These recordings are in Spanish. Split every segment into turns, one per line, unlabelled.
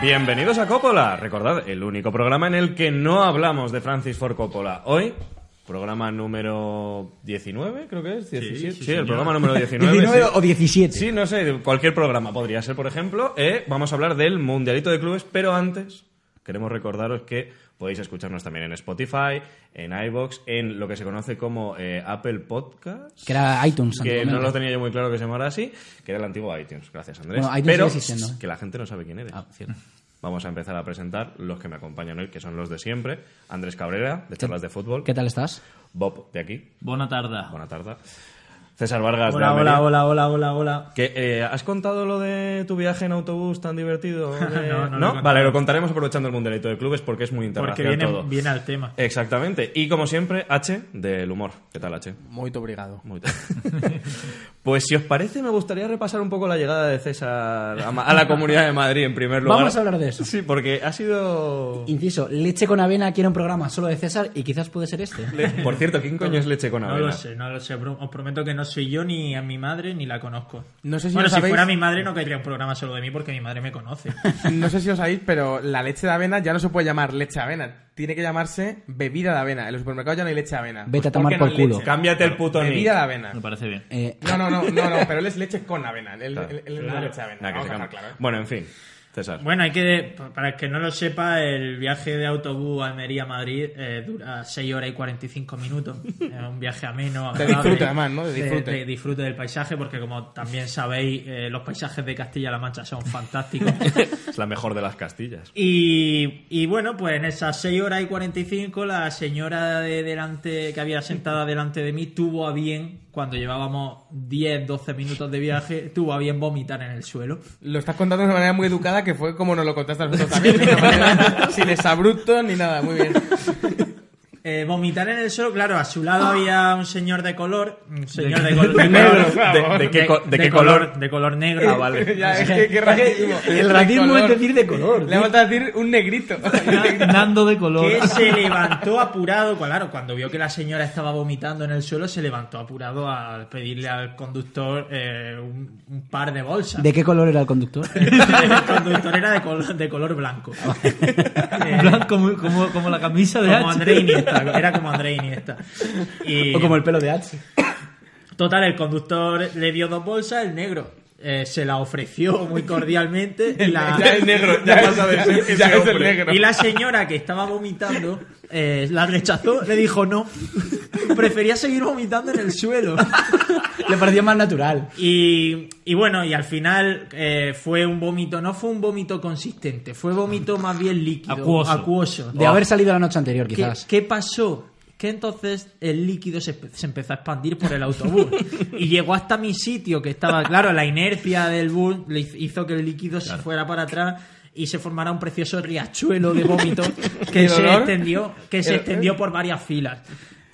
Bienvenidos a Coppola. Recordad, el único programa en el que no hablamos de Francis Ford Coppola. Hoy, programa número 19, creo que es. 17. Sí,
sí,
el
señor.
programa número 19.
19
sí.
o 17.
Sí, no sé, cualquier programa podría ser, por ejemplo. eh, vamos a hablar del Mundialito de Clubes, pero antes queremos recordaros que podéis escucharnos también en Spotify, en iBox, en lo que se conoce como eh, Apple Podcast.
Que era iTunes.
Que no
antiguamente.
lo tenía yo muy claro que se llamara así, que era el antiguo iTunes. Gracias, Andrés.
Bueno, iTunes
Pero
sigue existiendo.
que la gente no sabe quién eres.
Ah, cierto.
Vamos a empezar a presentar los que me acompañan hoy, que son los de siempre. Andrés Cabrera, de Charlas de Fútbol.
¿Qué tal estás?
Bob, de aquí.
Buena tarde.
Buena tarde. César Vargas, de
Hola,
Almería.
hola, hola, hola, hola, hola.
Que, eh, ¿Has contado lo de tu viaje en autobús tan divertido? de-
No, no lo he contado.
vale, lo contaremos aprovechando el mundialito de clubes porque es muy
Porque
internacional
viene,
todo.
viene al tema.
Exactamente. Y como siempre, H del humor. ¿Qué tal, H?
Muy obrigado.
Muy bien. pues si os parece, me gustaría repasar un poco la llegada de César a, ma- a la Comunidad de Madrid en primer lugar.
Vamos a hablar de eso.
Sí, porque ha sido...
Inciso, leche con avena quiere un programa solo de César y quizás puede ser este.
Le- Por cierto, ¿quién coño es leche con
No
avena?
lo sé, no lo sé. bro. Os prometo que no soy yo ni a mi madre ni la conozco.
No sé si
bueno,
lo
si
sabéis.
fuera mi madre no caería un programa solo de mí porque mi madre me conoce.
No sé si os sabéis, pero la leche de avena ya no se puede llamar leche de avena. Tiene que llamarse bebida de avena. En los supermercados ya no hay leche de avena.
Vete a
¿por
tomar
qué
por
es leche?
culo.
Cámbiate el puto nick.
Bebida de avena.
Me parece bien.
Eh,
No, no, no, no, no, pero él es leche con avena. Él,
Claro.
él- él no es leche de avena.
Nada, que
Vamos
se
a dejar
cambie.
claro, ¿eh?
Bueno, en fin. César.
bueno, hay que. Para el que no lo sepa, el viaje de autobús Almería-Madrid eh, dura 6 horas y 45 minutos. Es un viaje ameno.
De
agradable,
disfrute, además, ¿no? De disfrute.
de disfrute del paisaje, porque como también sabéis, eh, los paisajes de Castilla-La Mancha son fantásticos.
Es la mejor de las castillas.
Y, y bueno, pues en esas 6 horas y 45 la señora de delante que había sentada delante de mí tuvo a bien, cuando llevábamos 10, 12 minutos de viaje, tuvo a bien vomitar en el suelo.
Lo estás contando de una manera muy educada que fue como nos lo contaste a nosotros también. de una manera sin exabrupto ni nada, muy bien.
Eh, vomitar en el suelo, claro, a su lado había un señor de color, un señor de, color
negro,
¿De, de qué, co- de qué color?
De color negro.
Ah, vale.
Ya, es que, qué racismo.
el
De
racismo es
color.
decir de color.
Le ha faltado decir un negrito.
Nando de color.
Que se levantó apurado, claro, cuando vio que la señora estaba vomitando en el suelo, se levantó apurado a pedirle al conductor eh, un, un par de bolsas.
¿De qué color era el conductor?
el conductor era de color, de color blanco. Eh,
Blanco, como, como, como la camisa de
Como
H.
André Iniesta, era como André Iniesta. Y,
O como el pelo de H.
Total, el conductor le dio dos bolsas, el negro eh, se la ofreció muy cordialmente y la,
Ya es negro, ya, es, ya es el negro.
y la señora que estaba vomitando eh, la rechazó, le dijo no, prefería seguir vomitando en el suelo.
Le pareció más natural.
Y, y bueno, y al final eh, fue un vómito, no fue un vómito consistente, fue vómito más bien líquido,
Acuoso.
acuoso.
Oh.
De haber salido la noche anterior,
¿Qué,
quizás.
qué pasó? Que entonces el líquido se, empe- se empezó a expandir por el autobús y llegó hasta mi sitio, que estaba, claro, la inercia del bus le hiz- hizo que el líquido se fuera para atrás y se formara un precioso riachuelo de vómito
¿Y
que
el
se
olor?
extendió, que se
¿El-
extendió por varias filas.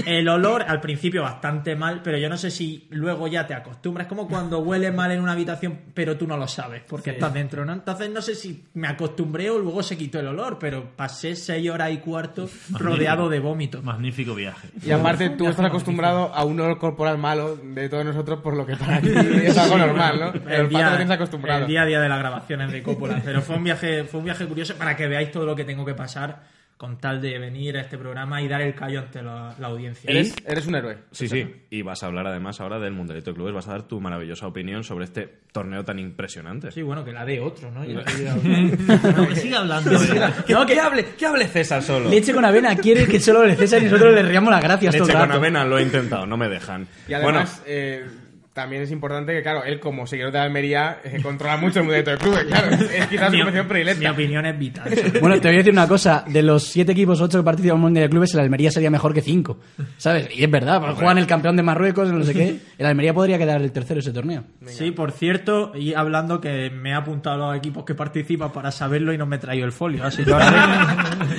El olor al principio bastante mal, pero yo no sé si luego ya te acostumbras. Es como cuando huele mal en una habitación, pero tú no lo sabes porque estás dentro, ¿no? Entonces no sé si me acostumbré o luego se quitó el olor, pero pasé seis horas y cuarto rodeado de vómito.
Magnífico viaje.
Y aparte tú estás acostumbrado a un olor corporal malo de todos nosotros, por lo que para ti es algo normal, ¿no? El, olfato lo tienes acostumbrado.
el día a día de las grabaciones de Coppola. Pero fue un viaje, fue un viaje curioso para que veáis todo lo que tengo que pasar con tal de venir a este programa y dar el callo ante la, la audiencia.
Eres, eres un héroe.
Sí, sí. Y vas a hablar además ahora del Mundialito de Clubes. Vas a dar tu maravillosa opinión sobre este torneo tan impresionante.
Sí, bueno, que la de otro, ¿no? Yo- yo-
No, que siga hablando. eh.
No, que hable, que hable César solo.
Leche con avena quiere que solo le César y nosotros le riamos las gracias todo
Leche
el
con
rato.
avena lo he intentado, no me dejan.
Y además, eh, también es importante que, claro, él como seguidor de Almería eh, controla mucho el mundito del club. Claro, es quizás su
mi,
profesión
mi
predilecta.
opinión es vital.
Bueno, te voy a decir una cosa. De los siete equipos, ocho que participan en el Mundial de Clubes, el Almería sería mejor que cinco. ¿Sabes? Y es verdad, porque juegan el campeón de Marruecos, no sé qué. El Almería podría quedar el tercero ese torneo.
Sí, por cierto, y hablando que me he apuntado a los equipos que participan para saberlo y no me he traído el folio. Así que ahora-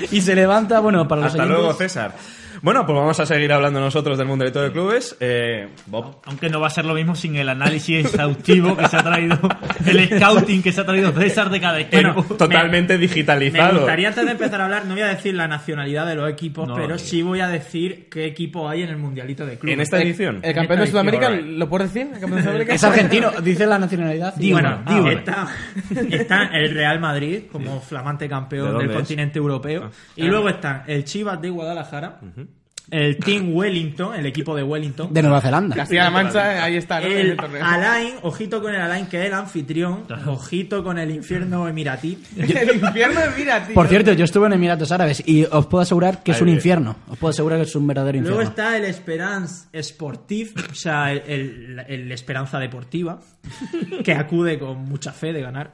Y se levanta, bueno, para los
Hasta
oyentes-
luego, César. Bueno, pues vamos a seguir hablando nosotros del Mundialito de Clubes. Eh, Bob,
Aunque no va a ser lo mismo mismo sin el análisis exhaustivo que se ha traído, el scouting que se ha traído César de cada equipo.
Pero totalmente
Me
digitalizado.
gustaría antes de empezar a hablar, no voy a decir la nacionalidad de los equipos,
No,
pero
tío.
sí voy a decir qué equipo hay en el mundialito de clubes.
En esta edición.
¿El campeón de
Esta edición,
Sudamérica
alright.
lo puedes decir? ¿El campeón de Sudamérica?
Es argentino, dice la nacionalidad. y-
bueno,
Di uno.
está, está el Real Madrid como flamante
¿De
campeón
dónde
del
es? Ah.
continente europeo. y luego están el Chivas de Guadalajara, el Team Wellington, el equipo de Wellington,
de Nueva Zelanda.
Castilla-La Mancha, ahí está, ¿no? En
el
torneo.
Alain, ojito con el Alain que es el anfitrión, ojito con el infierno emiratí.
El infierno mira, tío.
Por cierto, yo estuve en Emiratos Árabes y os puedo asegurar que es
Ahí
un
viene.
infierno. Os puedo asegurar que es un verdadero
Luego
infierno.
está el Esperance Sportif, o sea, el, el- el Esperanza Deportiva, que acude con mucha fe de ganar.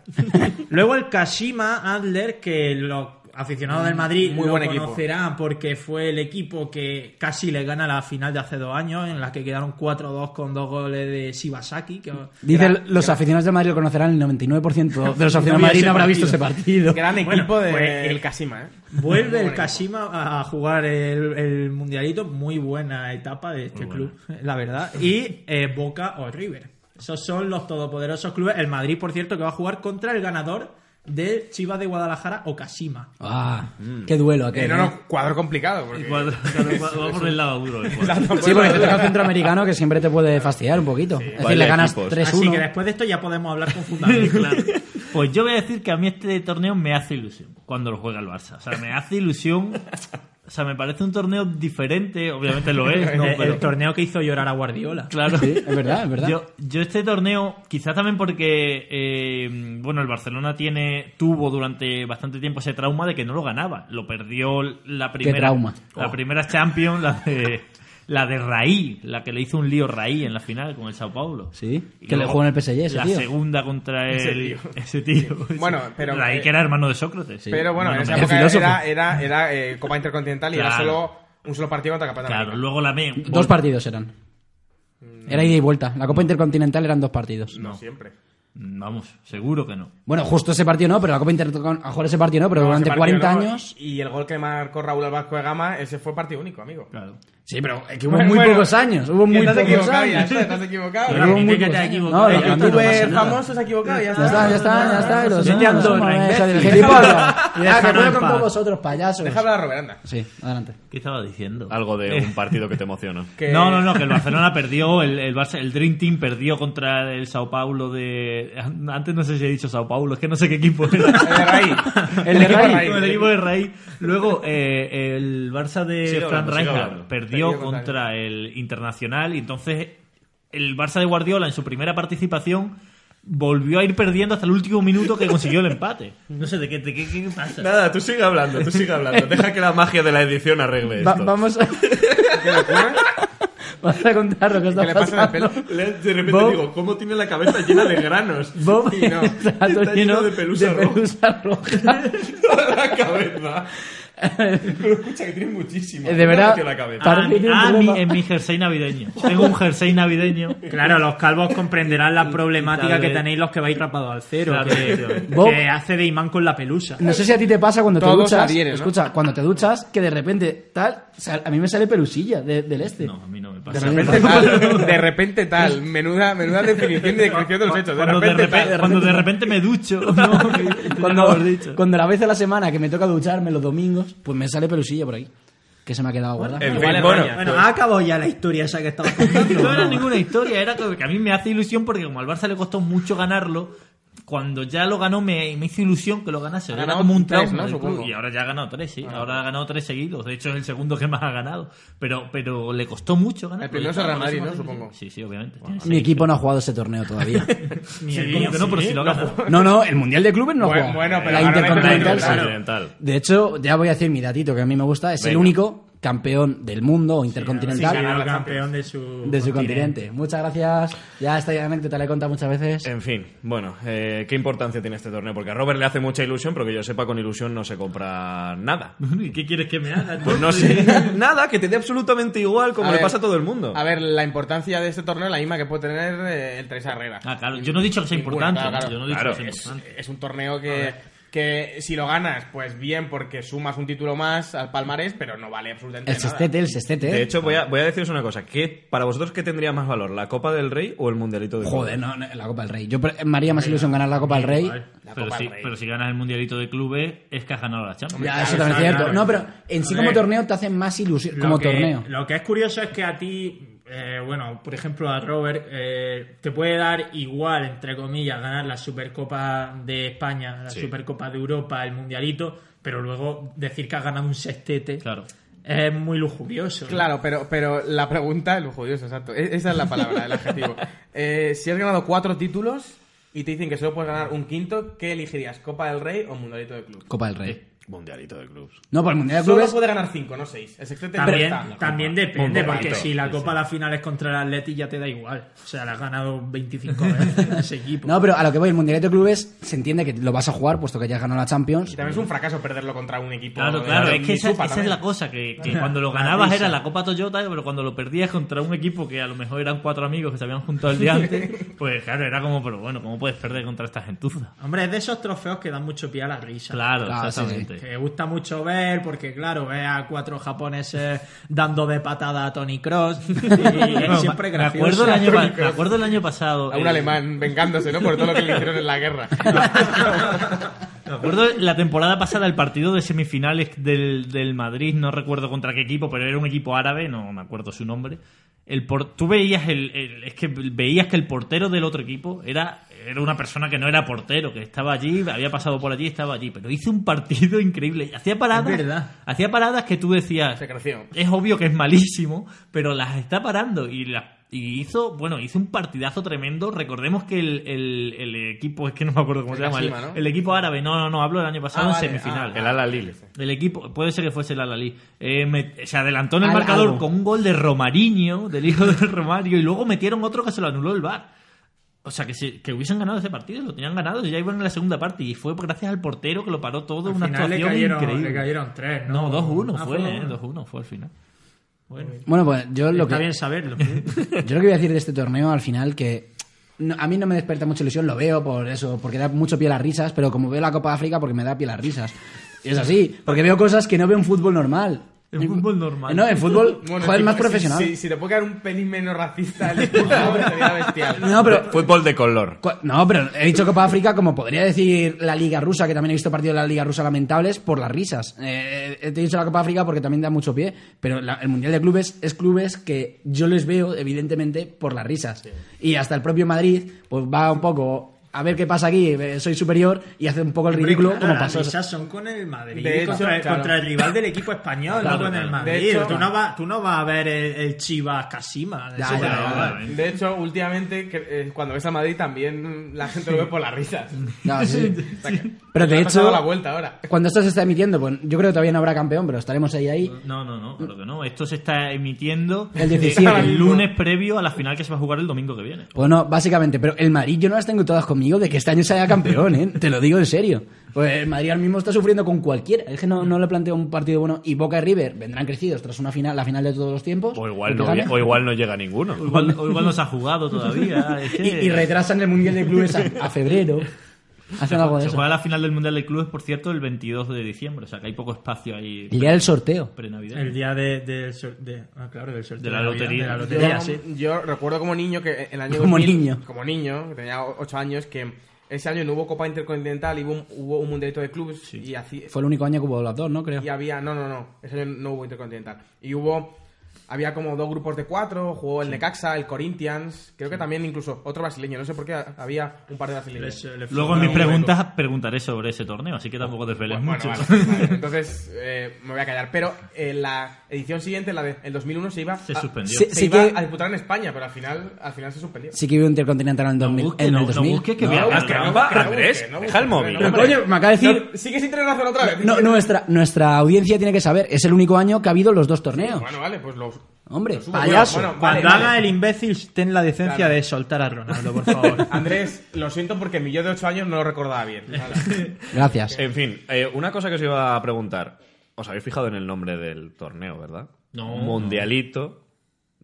Luego el Kashima Adler, que los aficionados del Madrid
Muy
lo
buen equipo.
conocerán porque fue el equipo que casi le gana la final de hace dos años, en la que quedaron 4-2 con dos goles de Shibasaki. Que
Dice,
era-
los aficionados de Madrid lo conocerán, el 99% de los aficionados de
No vi
Madrid
ese
no habrá visto ese
partido.
partido.
Gran equipo
Bueno,
de,
pues,
el
eh,
Casima, ¿eh?
Vuelve el Kashima a jugar el, el mundialito. Muy buena etapa de este club, la verdad. Y eh, Boca o River. Esos son los todopoderosos clubes. El Madrid, por cierto, que va a jugar contra el ganador de Chivas de Guadalajara o Kashima.
Ah, qué duelo
Eh,
aquel.
no,
¿eh?
no, cuadro complicado. Porque...
El cuadro- el cuadro- va por el lado duro. el cuadro.
Sí, porque te toca un centroamericano que siempre te puede fastidiar un poquito. es decir,
Vaya
le ganas
equipos.
Así que
3-1.
después de esto ya podemos hablar con
Sí,
fundamento.
claro. Pues yo voy a decir que a mí este torneo me hace ilusión cuando lo juega el Barça. O sea, me hace ilusión. O sea, me parece un torneo diferente, obviamente lo es, ¿no?
Eh, El-
Pero-
El torneo que hizo llorar a Guardiola.
claro.
Sí, es verdad, es verdad.
Yo, yo este torneo, quizás también porque, eh, bueno, el Barcelona tiene tuvo durante bastante tiempo ese trauma de que no lo ganaba. Lo perdió la primera.
trauma?
La
Oh.
primera Champions, la de, la de Raí, la que le hizo un lío Raí en la final con el Sao Paulo.
Sí,
Y
que le
luego
jugó en el PSG ese
La
tío.
segunda contra el,
Ese tío.
ese tío.
Bueno, pero-
Raí que era hermano de Sócrates.
Pero bueno, en esa
el
época
filósofo.
era, era, era eh, Copa Intercontinental y era
Claro.
solo un solo partido contra Capitán
Claro, luego la me.
Dos partidos eran. Era ida y vuelta. La Copa Intercontinental eran dos partidos.
Mm. No, siempre.
Vamos, seguro que no.
Bueno, justo ese partido no, pero la Copa Intercontinental. A jugar ese partido no, pero
No,
durante
ese partido
40
no,
años.
Y el gol que marcó Raúl al Vasco de Gama, ese fue partido único, amigo.
Claro.
Sí, pero es que hubo
Bueno,
muy
bueno.
pocos años. Hubo muy
estás
pocos
equivocado, ya
años.
está, estás equivocado.
Pero hubo
Admite
muy
que te
pocos
has
años.
equivocado.
No,
El
lo cambio, no pasa
youtuber
nada.
famoso se ha equivocado, ya
Ya está, ya está, ya está. y Los
Vete a
años,
Andorra,
vamos a ver,
imbécil.
o sea, del
Déjalo
gilipollas.
hablar.
Ya, que
Déjalo
puedo
en
con
paz.
todos vosotros, payasos.
Deja hablar a Robert, anda.
Sí, adelante.
¿Qué estaba diciendo?
Algo de un partido que te emociona.
Que-
No, no, no, que el Barcelona perdió, el, el, Barça- el Dream Team perdió contra el Sao Paulo de... Antes no sé si he dicho Sao Paulo, es que no sé qué equipo
El de
era.
Raí.
El,
equipo de
Raí, el equipo de Raí. Luego, eh, el Barça de
Sigue
Fran
hablando, sigue
Rijkaard
hablando.
perdió
Perdió contra
contra el Internacional y entonces el Barça de Guardiola en su primera participación volvió a ir perdiendo hasta el último minuto que consiguió el empate. No sé, ¿de qué, de qué, qué pasa?
Nada, tú sigue hablando, tú sigue hablando. Deja que la magia de la edición arregle
Va-
esto.
vamos, a,
¿Qué le ocurre?
vamos a contar lo que
¿Qué
está
le pasa en el pelo?
pasando.
Le- De repente
Bob-
digo, ¿cómo tiene la cabeza llena de granos?
Bob
Sí, no.
está todo
Está lleno de pelusa roja.
pelusa roja.
Toda la cabeza. Pero escucha que tiene muchísimo.
De verdad,
Tiene la cabeza.
parece
Ah,
que tiene un
ah, mi-
problema.
en mi jersey navideño. Tengo un jersey navideño.
Claro, los calvos comprenderán la problemática
Tal
que
vez.
tenéis los que vais rapados al cero,
Claro,
que,
efectivamente.
Bob-
que hace de imán con la pelusa.
No sé si a ti te pasa cuando te
Todos
duchas.
adhieren, ¿no?
Escucha, cuando te duchas, que de repente tal. sal- a mí me sale pelusilla de- del este.
No, a mí no me
De
pasa.
repente
repente,
tal, de repente tal, menuda, menuda definición y descripción de los hechos. De
Cuando de
repente,
repente,
tal.
cuando de repente me ducho. No, que- que ya me
cuando,
habéis dicho.
cuando la vez a la semana que me toca ducharme los domingos, pues me sale pelusilla por ahí. Que se me ha quedado guardada.
En
Vale,
fin, bueno,
Raya.
Bueno, ha acabado ya la historia esa que estabas contando.
No era ninguna historia, era que que a mí me hace ilusión porque como al Barça le costó mucho ganarlo, cuando ya lo ganó me, me hizo ilusión que lo ganase.
Ha
Era
ganado
como un
tres,
trauma
¿no?
del club.
Supongo. Ah.
Y ahora ya ha ganado tres, sí. ahora ha ganado tres seguidos. De hecho es el segundo que más ha ganado. Pero, pero le costó mucho ganar.
El primero es el Real Madrid, ¿no? Supongo.
Sí, sí, obviamente.
Mi equipo no ha jugado ese torneo todavía.
Ni el mío, que no, pero si lo ha ganado.
No, no, el Mundial de Clubes no
Bueno,
juega.
bueno, pero
la
ahora
Intercontinental
claro.
sí. De hecho, ya voy a decir mi datito que a mí me gusta. Es el
Venga.
único campeón del mundo o
Sí,
intercontinental
ganó el campeón de su,
de su continente. Muchas gracias. Ya esta anécdota la he contado muchas veces.
En fin, bueno, eh, ¿qué importancia tiene este torneo? Porque a Robert le hace mucha ilusión, pero que yo sepa, con ilusión no se compra nada.
¿Y qué quieres que me haga?
Pues no sé, nada, que te dé absolutamente igual como
A
le
ver,
pasa a todo el mundo.
A ver, la importancia de este torneo es la misma que puede tener eh, el Tres Herrera.
Ah, claro, yo no he dicho que sea
Ninguna,
importante.
claro, claro.
Yo no he dicho
Claro,
que sea
es-
importante.
Es un torneo que, que si lo ganas, pues bien, porque sumas un título más al palmarés, pero no vale absolutamente
El
nada.
sextete, el sextete.
De
¿eh?
hecho, voy a, voy a deciros una cosa. ¿Qué, ¿Para vosotros qué tendría más valor, la Copa del Rey o el Mundialito de
Joder, no, no, la Copa del Rey. Yo pre- me haría más ilusión ganar la Copa del Rey.
Pero
Copa
si,
del Rey.
pero si ganas el mundialito de clubes, es que has ganado la Champions.
Ya,
Claro,
eso también es
claro,
cierto.
claro.
No, pero en sí como
Hombre.
torneo te hacen más ilusión.
Lo
Como
que-
torneo.
Lo que es curioso es que a ti, eh, bueno, por ejemplo a Robert, eh, te puede dar igual, entre comillas, ganar la Supercopa de España, la
Sí.
Supercopa de Europa, el Mundialito, pero luego decir que has ganado un sextete
Claro.
es muy lujurioso. ¿no?
Claro, pero, pero la pregunta, lujurioso, exacto. E- Esa es la palabra, el adjetivo. Eh, si has ganado cuatro títulos y te dicen que solo puedes ganar un quinto, ¿qué elegirías? ¿Copa del Rey o Mundialito del Club?
Copa del Rey.
Mundialito de clubes.
No, por el Mundial de
Solo
Clubes.
puede ganar cinco, no seis. El sextete no
También,
está.
también
Punto
depende, porque
palito.
si la Copa a la final es contra el Atleti ya te da igual. O sea, la has ganado 25 veces a ese equipo.
No, pero a lo que voy, el Mundialito de Clubes se entiende que lo vas a jugar, puesto que ya has ganado la Champions.
Y también es un fracaso perderlo contra un equipo.
Claro,
de-
claro,
de-
es que esa,
Supa
esa es
también.
la cosa, que, que cuando lo ganabas era la Copa Toyota, pero cuando lo perdías contra un equipo que a lo mejor eran cuatro amigos que se habían juntado el día antes, pues claro, era como, pero bueno, ¿cómo puedes perder contra esta gentuza?
Hombre, es de esos trofeos que dan mucho pie a la risa.
Claro,
Claro, sí,
exactamente.
Que gusta mucho ver, porque claro, ve a cuatro japoneses dando de patada a Tony Cross. Y
Bueno,
es siempre
me,
gracioso.
acuerdo el año, pa- me acuerdo el año pasado.
A un
eh,
alemán vengándose, ¿no? Por todo lo que le hicieron en la guerra.
Me acuerdo la temporada pasada, el partido de semifinales del, del Madrid, no recuerdo contra qué equipo, pero era un equipo árabe, no me acuerdo su nombre. El por, tú veías el, el- es que veías que el portero del otro equipo era, era una persona que no era portero, que estaba allí, había pasado por allí, estaba allí, pero hizo un partido increíble. Hacía
Es
paradas,
verdad.
hacía paradas que tú decías,
Se creció.
es obvio que es malísimo, pero las está parando y las y hizo, bueno, hizo un partidazo tremendo. Recordemos que el, el- el equipo, es que no me acuerdo cómo se llama, el,
Kashima, ¿no?
el equipo árabe, no, no, no, hablo del año pasado
Ah,
en
vale,
semifinal.
El ala Lille.
El equipo, puede ser que fuese el Alalí. Eh, me- se adelantó en el
Al-
marcador
algo.
con un gol de Romariño, del hijo de Romario, y luego metieron otro que se lo anuló el VAR. O sea, que, si- que hubiesen ganado ese partido, lo tenían ganado, ya iban en la segunda parte, y fue gracias al portero que lo paró todo,
Al
una
final le
actuación
cayeron,
increíble.
le cayeron tres,
No,
¿no?
2-1
Ah,
fue, eh,
uno.
2-1 fue al final. Bueno.
Bueno, pues yo lo
Está
que.
bien saberlo.
Yo lo que voy a decir de este torneo al final que no- a mí no me desperta mucha ilusión, lo veo por eso, porque da mucho pie a las risas, pero como veo la Copa de África porque me da pie a las risas. Y es así, porque veo cosas que no veo en fútbol normal.
En fútbol normal.
No, en fútbol
Bueno,
joder,
si-
más
si-
profesional.
Si, si te puede quedar un pelín menos racista, el discurso sería bestial.
No, pero
Fútbol de color.
Cu- No, pero he dicho Copa África, como podría decir la Liga Rusa, que también he visto partidos de la Liga Rusa lamentables, por las risas. Eh, he dicho la Copa África porque también da mucho pie, pero la- el Mundial de Clubes es clubes que yo les veo, evidentemente, por las risas. Y hasta el propio Madrid, pues va un poco a ver qué pasa aquí, eh, soy superior, y hace un poco el ridículo,
Claro,
ah,
como
las
pasó.
risas son con el Madrid,
De hecho,
contra, el-
claro.
contra el rival del equipo español,
Claro,
no con
claro.
el
De
Madrid.
hecho-
tú, no vas, tú no vas a ver el, el Chivas Casima.
Ya,
eso
ya,
no lo
ya,
vas a ver.
De hecho, últimamente, que, eh, cuando ves a Madrid también mm, la gente lo ve por las risas.
No, sí. Pero
Le
de
ha pasado
hecho,
la vuelta ahora.
cuando esto se está emitiendo, pues yo creo que todavía no habrá campeón, pero estaremos ahí ahí.
No, no, no, claro que no. Esto se está emitiendo
El 17.
el lunes previo a la final que se va a jugar el domingo que viene.
Bueno, básicamente, pero el Madrid yo no las tengo todas conmigo de que este año sea campeón, ¿eh? Te lo digo en serio. Pues el Madrid ahora mismo está sufriendo con cualquiera. Es que no, no le planteo un partido bueno. Y Boca y River vendrán crecidos tras una final, la final de todos los tiempos.
O igual,
Aunque
no,
gane.
o igual no llega ninguno.
O igual, o igual no se ha jugado todavía. es
y,
que-
y retrasan el Mundial de Clubes a, a febrero. Hacen algo de
se
eso.
juega la final del Mundial de Clubes, por cierto, el 22 de diciembre. O sea que hay poco espacio ahí
El día del sorteo.
pre-navidad.
El día de, del sor- de- ah, claro, del sorteo
De la
Navidad,
lotería.
de la
Yo,
lotería, sí.
yo recuerdo como niño que el año
Como niño.
como niño, que tenía 8 años, que ese año no hubo Copa Intercontinental y hubo un, hubo un mundialito de clubes y, así,
Fue el único año que hubo las dos, ¿no? Creo.
y había no no no ese año no hubo Intercontinental y hubo había como dos grupos de cuatro jugó el Necaxa el Corinthians creo que también incluso otro brasileño no sé por qué había un par de brasileños
Les- les-
Luego en mis preguntas preguntaré sobre ese torneo, así que tampoco te desveles
Bueno,
mucho.
vale, vale. Entonces eh, me voy a callar. Pero en la edición siguiente, la del 2001, se iba,
Se
a,
suspendió.
se
Sí, sí
iba
que-
a disputar en España, pero al final, al final se suspendió.
Sí que hubo Intercontinental en el, 2000, en
busques,
el
no- no
2000.
busques que
No,
voy a-
Haz caramba,
busque, no
Andrés,
busque, no
deja el
busque,
móvil.
no,
Pero,
hombre.
coño, me acaba de decir...
No, sigue sin tener razón otra vez.
No, nuestra, nuestra audiencia tiene que saber, es el único año que ha habido los dos torneos.
Bueno, vale, pues los.
Hombre,
lo subo.
payaso.
Bueno, bueno, vale,
Cuando haga
vale.
el imbécil, ten la decencia
Claro. Ah,
de soltar a Ronaldo, por favor.
Andrés, lo siento porque mi yo de 8 años no lo recordaba bien. Vale.
Gracias.
En fin, eh, una cosa que os iba a preguntar. Os habéis fijado en el nombre del torneo, ¿verdad?
No.
Mundialito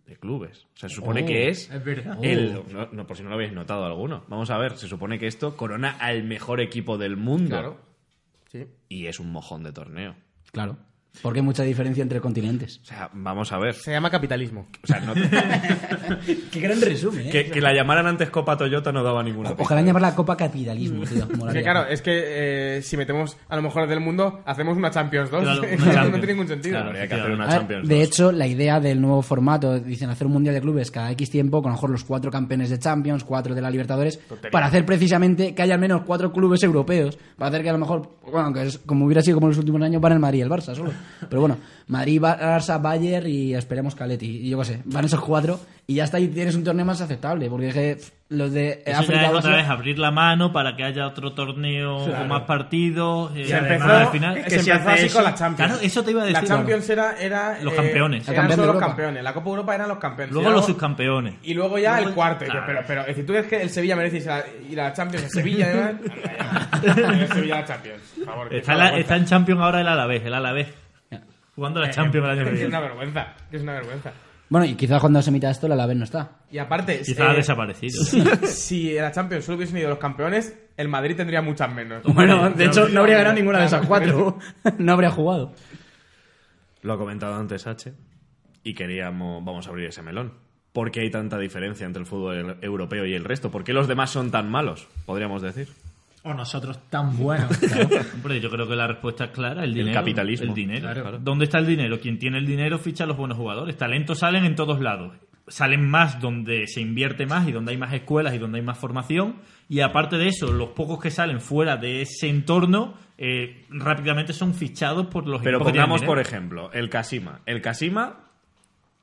de clubes. Se supone que es.
es verdad.
Eh,
El, no, no, por si no lo habéis notado alguno. Vamos a ver, se supone que esto corona al mejor equipo del mundo.
Claro. Sí.
y es un mojón de torneo.
Claro. Porque hay mucha diferencia entre continentes.
O sea, vamos a ver.
Se llama capitalismo.
O sea, no-
Qué gran resumen, ¿eh?
que, que la llamaran antes Copa Toyota no daba ninguna. pista.
Ojalá llamar la Copa Capitalismo, tío.
Es
molaría.
que claro, es que eh, si metemos a lo mejor del mundo, hacemos una Champions 2.
Claro, una
no
Champions.
tiene ningún sentido.
Claro, habría que hacer una
A ver,
Champions.
de
League.
hecho, la idea del nuevo formato, dicen hacer un mundial de clubes cada X tiempo, con a lo mejor los cuatro campeones de Champions, cuatro de la Libertadores, para hacer precisamente que haya al menos cuatro clubes europeos, para hacer que a lo mejor, bueno, que es- como hubiera sido como en los últimos años, van el Madrid y el Barça solo. Pero bueno, Madrid, Bar- Barça, Bayern y esperemos Caletti, y yo qué sé, van esos cuatro y ya está, y tienes un torneo más aceptable, porque es que pff, los de
Eso
Eh, África
ya es
o
otra
Asia-
vez abrir la mano para que haya otro torneo con más partidos. eh,
Se empezó,
al final.
se
que si hace
empezó así
eso-
con la Champions.
Claro, eso te iba a decir.
La Champions era, era,
Los
eh,
campeones.
Eran
El campeón de
solo los
Europa.
campeones. La Copa Europa eran los campeones.
Luego
Y
los subcampeones.
Y luego ya
Luego-
el cuarto. Y yo,
Claro.
Pero, pero, es decir, tú crees que el Sevilla merece ir a, ir a la Champions, el Sevilla, además. Anda, ya. El Sevilla a la Champions. Por favor, que
Está,
es
la-
una vergüenza.
está en Champions ahora el Alavés, el Alavés. Jugando la Champions el año que
Es Eh, una
viene.
vergüenza. que Es una vergüenza.
Bueno, y quizás cuando se emita esto, la Alavés no está.
Y aparte,
Quizá ha
eh,
desaparecido.
si en la Champions solo hubiesen ido los campeones, el Madrid tendría muchas menos.
Bueno, de hecho, no habría ganado ninguna de esas
Claro.
cuatro. No habría jugado.
Lo ha comentado antes H. Y queríamos, vamos a abrir ese melón. ¿Por qué hay tanta diferencia entre el fútbol europeo y el resto? ¿Por qué los demás son tan malos? Podríamos decir.
O Oh, nosotros tan buenos.
Hombre, yo creo que la respuesta es clara, el dinero.
capitalismo.
El dinero.
Claro.
¿Dónde está el dinero? Quien tiene el dinero ficha a los buenos jugadores. Talentos salen en todos lados. Salen más donde se invierte más y donde hay más escuelas y donde hay más formación. Y aparte de eso, los pocos que salen fuera de ese entorno eh, rápidamente son fichados por los
Pero
equipos que tienen
pongamos,
dinero.
por ejemplo, el Casima. El Casima,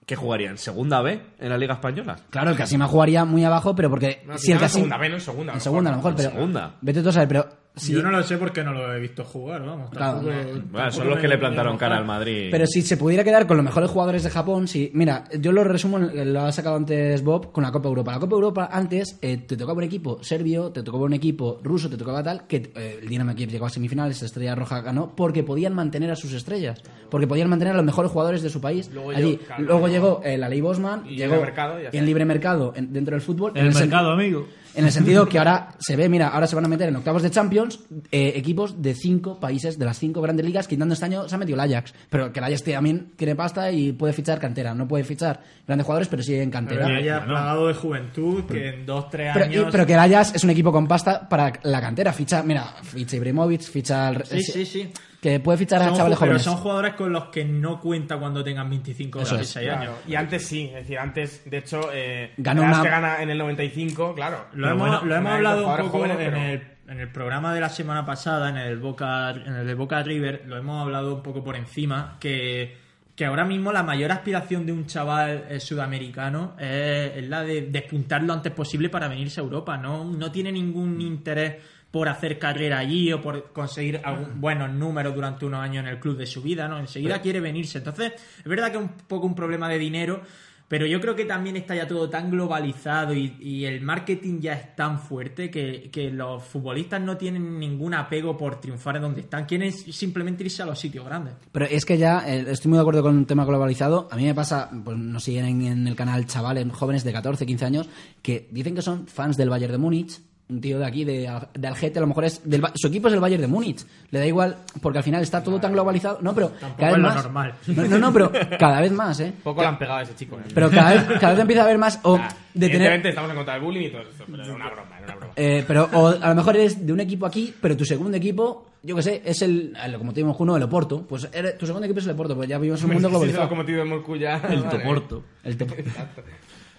que jugaría en Segunda B en la Liga Española.
Claro, el Casima jugaría muy abajo, pero porque
No,
si el
quizá en
Casima.
segunda, menos segunda. a
En
lo
segunda, a lo mejor,
En
pero.
segunda.
Vete tú a saber, pero. Si,
Yo no lo sé porque no lo he visto jugar, vamos.
Claro,
tampoco-
no.
Bueno,
tampoco
son los
me-
que le
me
plantaron
moja.
cara al Madrid.
Pero si se pudiera quedar con los mejores jugadores de Japón, si. Mira, yo lo resumo, en- lo ha sacado antes Bob, con la Copa Europa. La Copa Europa antes eh, te tocaba un equipo serbio, te tocaba un equipo ruso, te tocaba tal, que eh, el Dinamo Kiev llegó a semifinales, Estrella Roja ganó, porque podían mantener a sus estrellas, porque podían mantener a los mejores jugadores de su país.
Luego
Allí.
llegó- claro,
Luego
no.
llegó eh, la ley Bosman,
Y
llegó
el mercado, ya está.
en libre mercado en- dentro del fútbol.
En el
sen-
mercado, amigo.
En el sentido que ahora se ve, mira, ahora se van a meter en octavos de Champions eh, equipos de cinco países, de las cinco grandes ligas, quitando este año se ha metido el Ajax. Pero que el Ajax también tiene pasta y puede fichar cantera. No puede fichar grandes jugadores, pero sí en
Pero
cantera.
que haya
Bueno.
plagado de juventud, que en dos, tres
Pero,
años.
y- pero que el Ajax es un equipo con pasta para la cantera. Ficha, mira, ficha Ibrahimovic, ficha... al-
Sí, sí, sí.
Que puede fichar a
Son
chavales
ju- pero
jóvenes.
son jugadores con los que no cuenta cuando tengan 25 o
Eso es.
26 años.
Claro, Y antes sí, es decir, antes, de hecho, eh,
Ganó
Gras
una-
que gana en el 95, claro.
Lo
Pero
hemos,
bueno,
lo hemos
hay
hablado un
jugadores
poco
jóvenes,
en,
pero-
el, en el programa de la semana pasada, en el Boca, en el de Boca River, lo hemos hablado un poco por encima, que, que ahora mismo la mayor aspiración de un chaval eh, sudamericano es, es la de despuntar lo antes posible para venirse a Europa. No, no tiene ningún interés por hacer carrera allí o por conseguir algún- buenos números durante unos años en el club de su vida, ¿no? Enseguida quiere venirse. Entonces, es verdad que es un poco un problema de dinero, pero yo creo que también está ya todo tan globalizado y, y el marketing ya es tan fuerte que, que los futbolistas no tienen ningún apego por triunfar en donde están. Quieren simplemente irse a los sitios grandes.
Pero es que ya eh, estoy muy de acuerdo con el tema globalizado. A mí me pasa, pues nos siguen en, en el canal chavales jóvenes de 14, 15 años que dicen que son fans del Bayern de Múnich. Un tío de aquí, de, Al- de Algete, a lo mejor es. Del, Ba- su equipo es el Bayern de Múnich. Le da igual, porque al final está todo tan globalizado. No, pero. cada
es
vez
lo
más.
normal.
No, no, no, pero cada vez más, ¿eh?
Poco le han pegado a ese chico. ¿eh?
Pero cada vez, cada vez empieza a haber más. O
Ah,
de tener.
evidentemente estamos en contra del bullying y todo eso, pero era una broma, era una broma.
Eh, pero o a lo mejor eres de un equipo aquí, pero tu segundo equipo, yo que sé, es el, el- como te dijimos, uno, el Oporto. Pues eres- tu segundo equipo es el Oporto, pues ya vivimos en un mundo
Sí, se lo ha
globalizado.
cometido en Murcuya.
El
vale.
Toporto.
El Topo-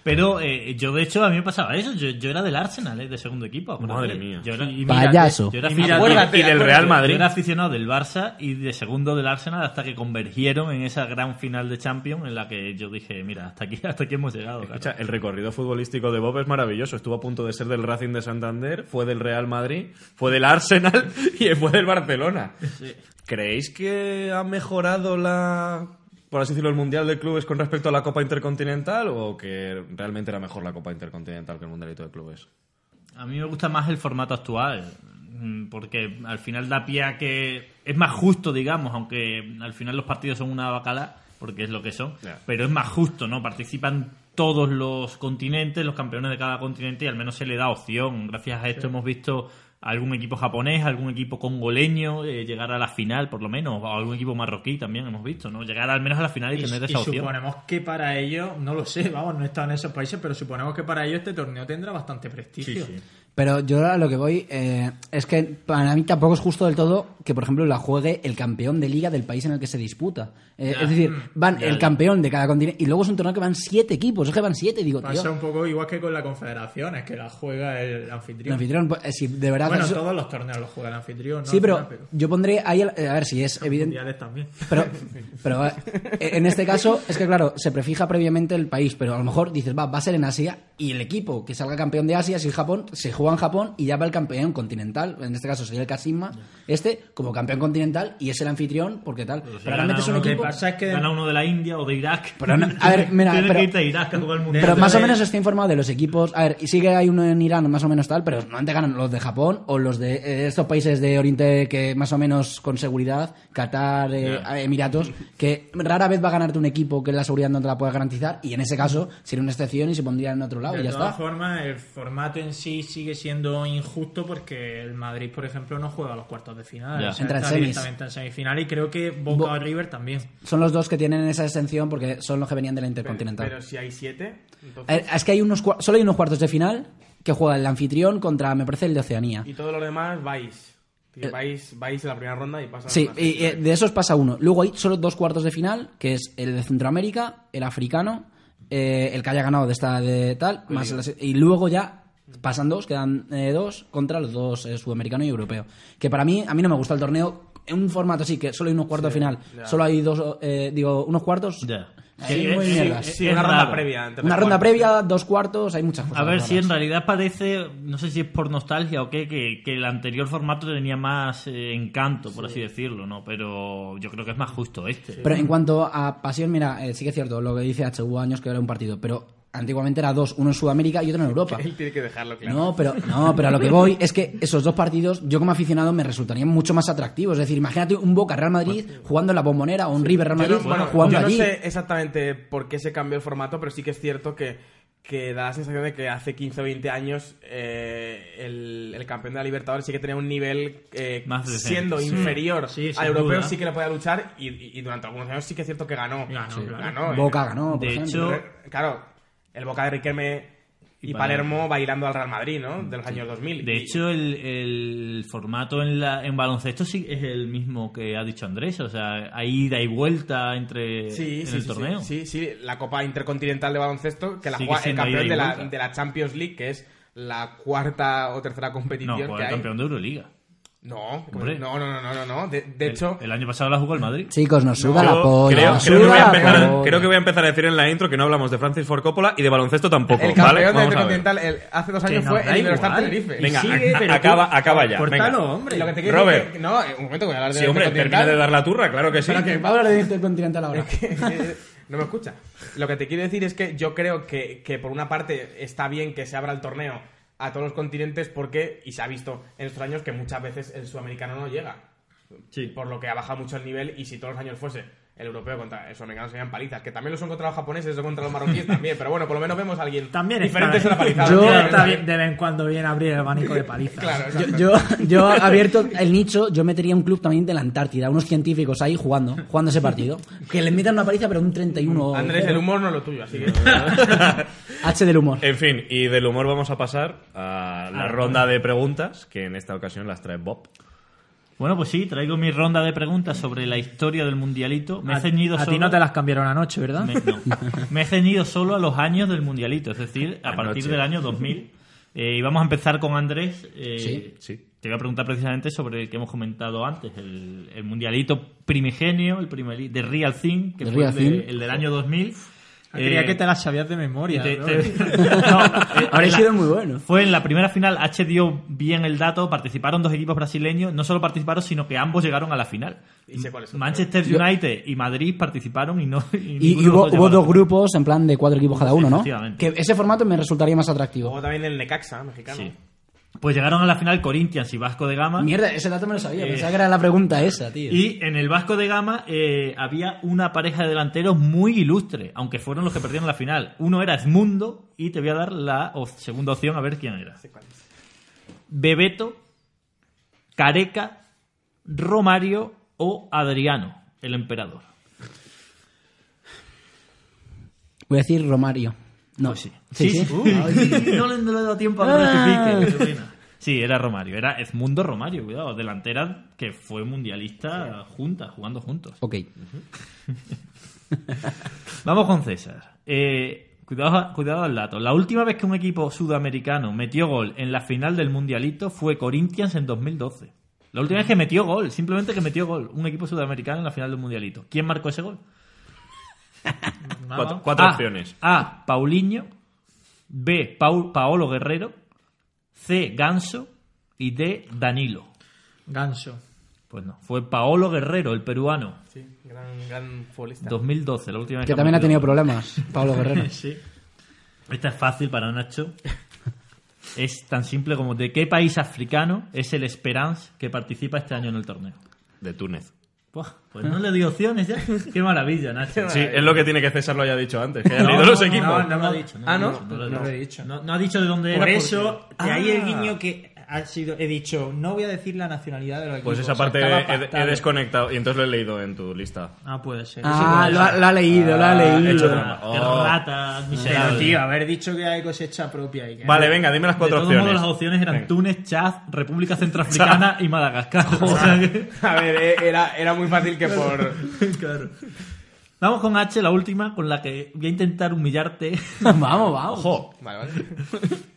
Pero eh, yo, de hecho, a mí me pasaba eso. Yo, yo era del Arsenal, eh, de segundo equipo. acuérdate.
Madre mía.
Yo era, y
Payaso.
Yo era
Y
aficionado-
acuérdate,
y del
acuérdate.
Real Madrid.
Yo era aficionado del Barça y de segundo del Arsenal hasta que convergieron en esa gran final de Champions en la que yo dije, mira, hasta aquí, hasta aquí hemos llegado. claro".
Escucha, el recorrido futbolístico de Bob es maravilloso. Estuvo a punto de ser del Racing de Santander, fue del Real Madrid, fue del Arsenal y fue del Barcelona. ¿Creéis que ha mejorado la, por así decirlo, el Mundial de Clubes con respecto a la Copa Intercontinental o que realmente era mejor la Copa Intercontinental que el Mundialito de Clubes?
A mí me gusta más el formato actual, mm, porque al final da pie a que es más justo, digamos, aunque al final los partidos son una bacala, porque es lo que son,
Ya.
pero es más justo, ¿no? Participan todos los continentes, los campeones de cada continente, y al menos se le da opción. Gracias a esto hemos visto algún equipo japonés, algún equipo congoleño, eh, llegar a la final por lo menos, o algún equipo marroquí también hemos visto, ¿no? Llegar al menos a la final y,
Y,
tener
y
esa opción.
suponemos que para ellos, no lo sé, vamos, no he estado en esos países, pero suponemos que para ellos este torneo tendrá bastante prestigio.
Sí, sí.
Pero yo a lo que voy eh, es que para mí tampoco es justo del todo que, por ejemplo, la juegue el campeón de liga del país en el que se disputa. Eh, es decir, van el campeón de cada continente y luego es un torneo que van siete equipos, es que van siete, digo, tío.
Pasa un poco igual que con la Confederación, es que la juega el
El
anfitrión.
anfitrión, pues, eh, si de verdad.
bueno,
eso-
todos los torneos los juega el anfitrión, ¿no?
sí,
Al
pero
final,
yo pondré ahí, el- eh, a ver si es evidente.
mundiales también.
Pero, pero eh, en este caso es que, claro, se prefija previamente el país, pero a lo mejor dices, va, va a ser en Asia y el equipo que salga campeón de Asia, si es Japón, se juega en Japón y ya va el campeón continental. En este caso sería el Kashima, este como campeón continental y es el anfitrión porque tal.
Pero si
Pero realmente
gana
es un
uno
equipo.
que
pasa es que-
Gana uno de la India o de Irak.
Pero no- a ver, mira,
Tiene
pero-
que irte a Irak a jugar el mundial.
Pero más o
de-
menos estoy informado de los equipos. A ver, y sí que hay uno en Irán, más o menos tal, pero no te ganan los de Japón o los de eh, estos países de Oriente que más o menos con seguridad, Qatar, eh, Emiratos, que rara vez va a ganarte un equipo que la seguridad no te la pueda garantizar y en ese caso sería una excepción y se pondría en otro lado
De
y Ah, pues ya
todas
está.
formas, el formato en sí sigue siendo injusto porque el Madrid, por ejemplo, no juega a los cuartos de final.
Ya.
O sea,
Entra en
está
semis.
directamente en semifinal y creo que Boca
Bo-
o River también.
Son los dos que tienen esa exención porque son los que venían de la Intercontinental.
Pero si hay siete, entonces...
Eh, Es que hay unos cua- solo hay unos cuartos de final que juega el anfitrión contra, me parece, el de Oceanía.
Y todos los demás vais. Y vais, vais a la primera ronda y pasas
eh, Sí,
a la
y, eh, de esos pasa uno. Luego hay solo dos cuartos de final, que es el de Centroamérica, el africano, eh, el que haya ganado de esta de tal, más las- y luego ya pasan dos, quedan eh, dos contra los dos, eh, sudamericano y europeo. Que para mí, a mí no me gusta el torneo en un formato así, que solo hay unos cuartos de final,
ya.
solo hay dos, eh, digo, unos cuartos,
Ya.
Ahí
Que-
muy
sí,
mierdas.
sí,
Sí,
es
una ronda
raro.
previa. antes de
una
jugar.
ronda previa, dos cuartos, hay muchas cosas.
A ver si en
Pues,
raras.
realidad parece, no sé si es por nostalgia o qué, que, que el anterior formato tenía más eh, encanto, por así decirlo, ¿no? Pero yo creo que es más justo este.
Pero en cuanto a pasión, mira, eh, sí que es cierto lo que dice H, hubo años que era un partido, pero antiguamente era dos, uno en Sudamérica y otro en Europa.
Él tiene que dejarlo claro.
No, pero, no, pero a lo que voy es que esos dos partidos, yo como aficionado, me resultarían mucho más atractivos. Es decir, imagínate un Boca Real Madrid jugando en la bombonera o un River Real
Yo
Madrid
no, bueno,
jugando
yo no
allí.
sé exactamente por qué se cambió el formato, pero sí que es cierto que, que da la sensación de que hace 15 o 20 años eh, el, el campeón de la Libertadores sí que tenía un nivel eh,
Más decente,
siendo
sí.
inferior
Sí, sin
al europeo,
duda.
sí que le podía luchar y, y- y durante algunos años sí que es cierto que ganó.
Ganó,
Sí,
claro.
ganó, eh.
Boca ganó, por
De
ejemplo.
hecho-
Re- Claro, el Boca de Riquelme y,
Y
Palermo bailando al Real Madrid, ¿no? De los años 2000.
De
Y-
hecho, el, el formato en, la, en baloncesto sí es el mismo que ha dicho Andrés. O sea, hay ida y vuelta entre
Sí,
eh, en
sí,
el
sí,
torneo.
Sí, sí, sí, la Copa Intercontinental de Baloncesto, que la
Sigue
juega el
siendo
campeón
ida
de
y
la,
vuelta.
de la Champions League, que es la cuarta o tercera
No,
competición
juega
que
el
hay.
campeón de Euroliga.
No,
Hombre.
no, no, no, no, no, no. De, de
El-
hecho,
El, año pasado la jugó el Madrid.
Chicos, nos suba
Yo
la polla.
creo,
nos
creo que
suba
voy a
la
empezar,
polla.
creo que voy a empezar a decir en la intro que no hablamos de Francis Ford Coppola y de baloncesto tampoco.
el
¿vale?
campeón de
Vamos a ver.
Intercontinental el- hace dos años
nos
fue
da
el Iberostar
igual.
Tenerife.
Y
Venga,
sigue,
a-
pero
acaba-
tú-
acaba ya,
córtalo,
venga.
hombre.
Y lo que te quiero
Robert.
decir es que- no, eh, un momento que voy a hablar de
Sí, hombre, termina de
Intercontinental.
dar la turra, claro que sí.
Espera, que va a hablar de Intercontinental ahora.
no me escucha. Lo que te quiero decir es que yo creo que, que por una parte está bien que se abra el torneo a todos los continentes porque, y se ha visto en estos años, que muchas veces el sudamericano no llega. Por lo que ha bajado mucho el nivel y si todos los años fuese el europeo contra el sudamericano serían palizas, que también lo son contra los japoneses o contra los marroquíes también, pero bueno, por lo menos vemos a alguien
También está
diferente es
bien.
una palizada.
Yo-
También
Claro,
está bien, de vez en cuando viene a abrir el abanico de palizas.
Claro,
Yo, yo,
exacto.
yo abierto el nicho, yo metería un club también de la Antártida, unos científicos ahí jugando, jugando ese partido. Que le metan una paliza, pero un 31.
Andrés, el humor no es lo tuyo, así que...
H del humor.
En fin, y del humor vamos a pasar a la ronda de preguntas, que en esta ocasión las trae Bob.
Bueno, pues sí, traigo mi ronda de preguntas sobre la historia del mundialito. Me he
A-
ceñido
a,
solo...
ti no te las cambiaron anoche, ¿verdad?
Me, no. Me he ceñido solo a los años del mundialito, es decir, a
Anoche.
partir del año 2000. Eh, y vamos a empezar con Andrés. Eh,
Sí,
sí.
Te voy a preguntar precisamente sobre el que hemos comentado antes, el, el mundialito primigenio, el primer de Real Thing, que
The
fue
Real
el, de-
Thing.
el del año 2000.
Ah, Creía
Eh,
que te las sabías de memoria.
te-
¿no?
te- no, eh,
Habría
la-
sido muy bueno.
fue en la primera final, H dio bien el dato, participaron dos equipos brasileños, no solo participaron, sino que ambos llegaron a la final.
Y sé cuáles son.
Manchester
Yo-
United y Madrid participaron y no... y
Y,
ninguno
y hubo,
de los dos
hubo
llegó a la
dos
final.
grupos en plan de cuatro equipos cada uno, ¿no?
Efectivamente.
Que ese formato me resultaría más atractivo.
Luego también el Necaxa, mexicano.
Sí. Pues llegaron a la final Corinthians y Vasco de Gama.
Mierda, ese dato me lo sabía, pensaba que era la pregunta esa, tío.
Eh. Y en el Vasco de Gama eh, había una pareja de delanteros muy ilustre, aunque fueron los que perdieron la final. Uno era Edmundo y te voy a dar la op- segunda opción a ver quién era. Bebeto, Careca, Romario o Adriano, el emperador.
Voy a decir Romario. No,
Pues sí. Ay, sí, no le no le he dado tiempo a
Ah.
que rectifique. Sí, era Romario, era Edmundo Romario, cuidado, delantera que fue mundialista junta, jugando juntos.
Ok.
Vamos con César. Eh, cuidado, cuidado al dato. La última vez que un equipo sudamericano metió gol en la final del Mundialito fue Corinthians en 2012. La última vez que metió gol, simplemente que metió gol, un equipo sudamericano en la final del Mundialito. ¿Quién marcó ese gol? Ah.
Cuatro, cuatro
A,
opciones.
A. Paulinho. B. Pau- Paolo Guerrero. C. Ganso. Y D. Danilo.
Ganso.
Pues no, fue Paolo Guerrero, el peruano.
Sí, gran, gran futbolista.
2012, la última vez
Que también ha
metido
tenido
gol.
problemas, Pablo Guerrero.
Sí. Esta es fácil para Nacho. Es tan simple como de qué país africano es el Esperance que participa este año en el torneo.
De Túnez.
Buah, pues no le di opciones ya. Qué maravilla, Nacho.
Sí, es lo que tiene que César lo haya dicho antes. Que haya leído los equipos.
No, no lo ha dicho.
Ah,
lo
no,
ha dicho,
no
ha
lo he
dicho.
dicho.
No, no ha dicho de dónde
Por
era.
eso,
porque-
de ahí el
Ah.
guiño que ha sido. He dicho, no voy a decir la nacionalidad de los
Pues
equipos,
esa parte
estaba
he, he
pactado.
desconectado y entonces lo he leído en tu lista.
Ah, puede ser.
Ah, lo ha, lo ha leído, lo ha
Ah,
leído.
hecho broma.
Ah,
Oh.
Qué rata
Pero,
miserable.
tío, haber dicho que hay cosecha propia y que.
Vale, venga, dime las
de
cuatro
todos
opciones.
modos, las opciones eran
Venga.
Túnez, Chad, República Centroafricana y Madagascar. O sea que-
A ver, eh, era, era muy fácil que por.
Vamos con H, la última, con la que voy a intentar humillarte.
Vamos, vamos.
Ojo,
Vale, vale.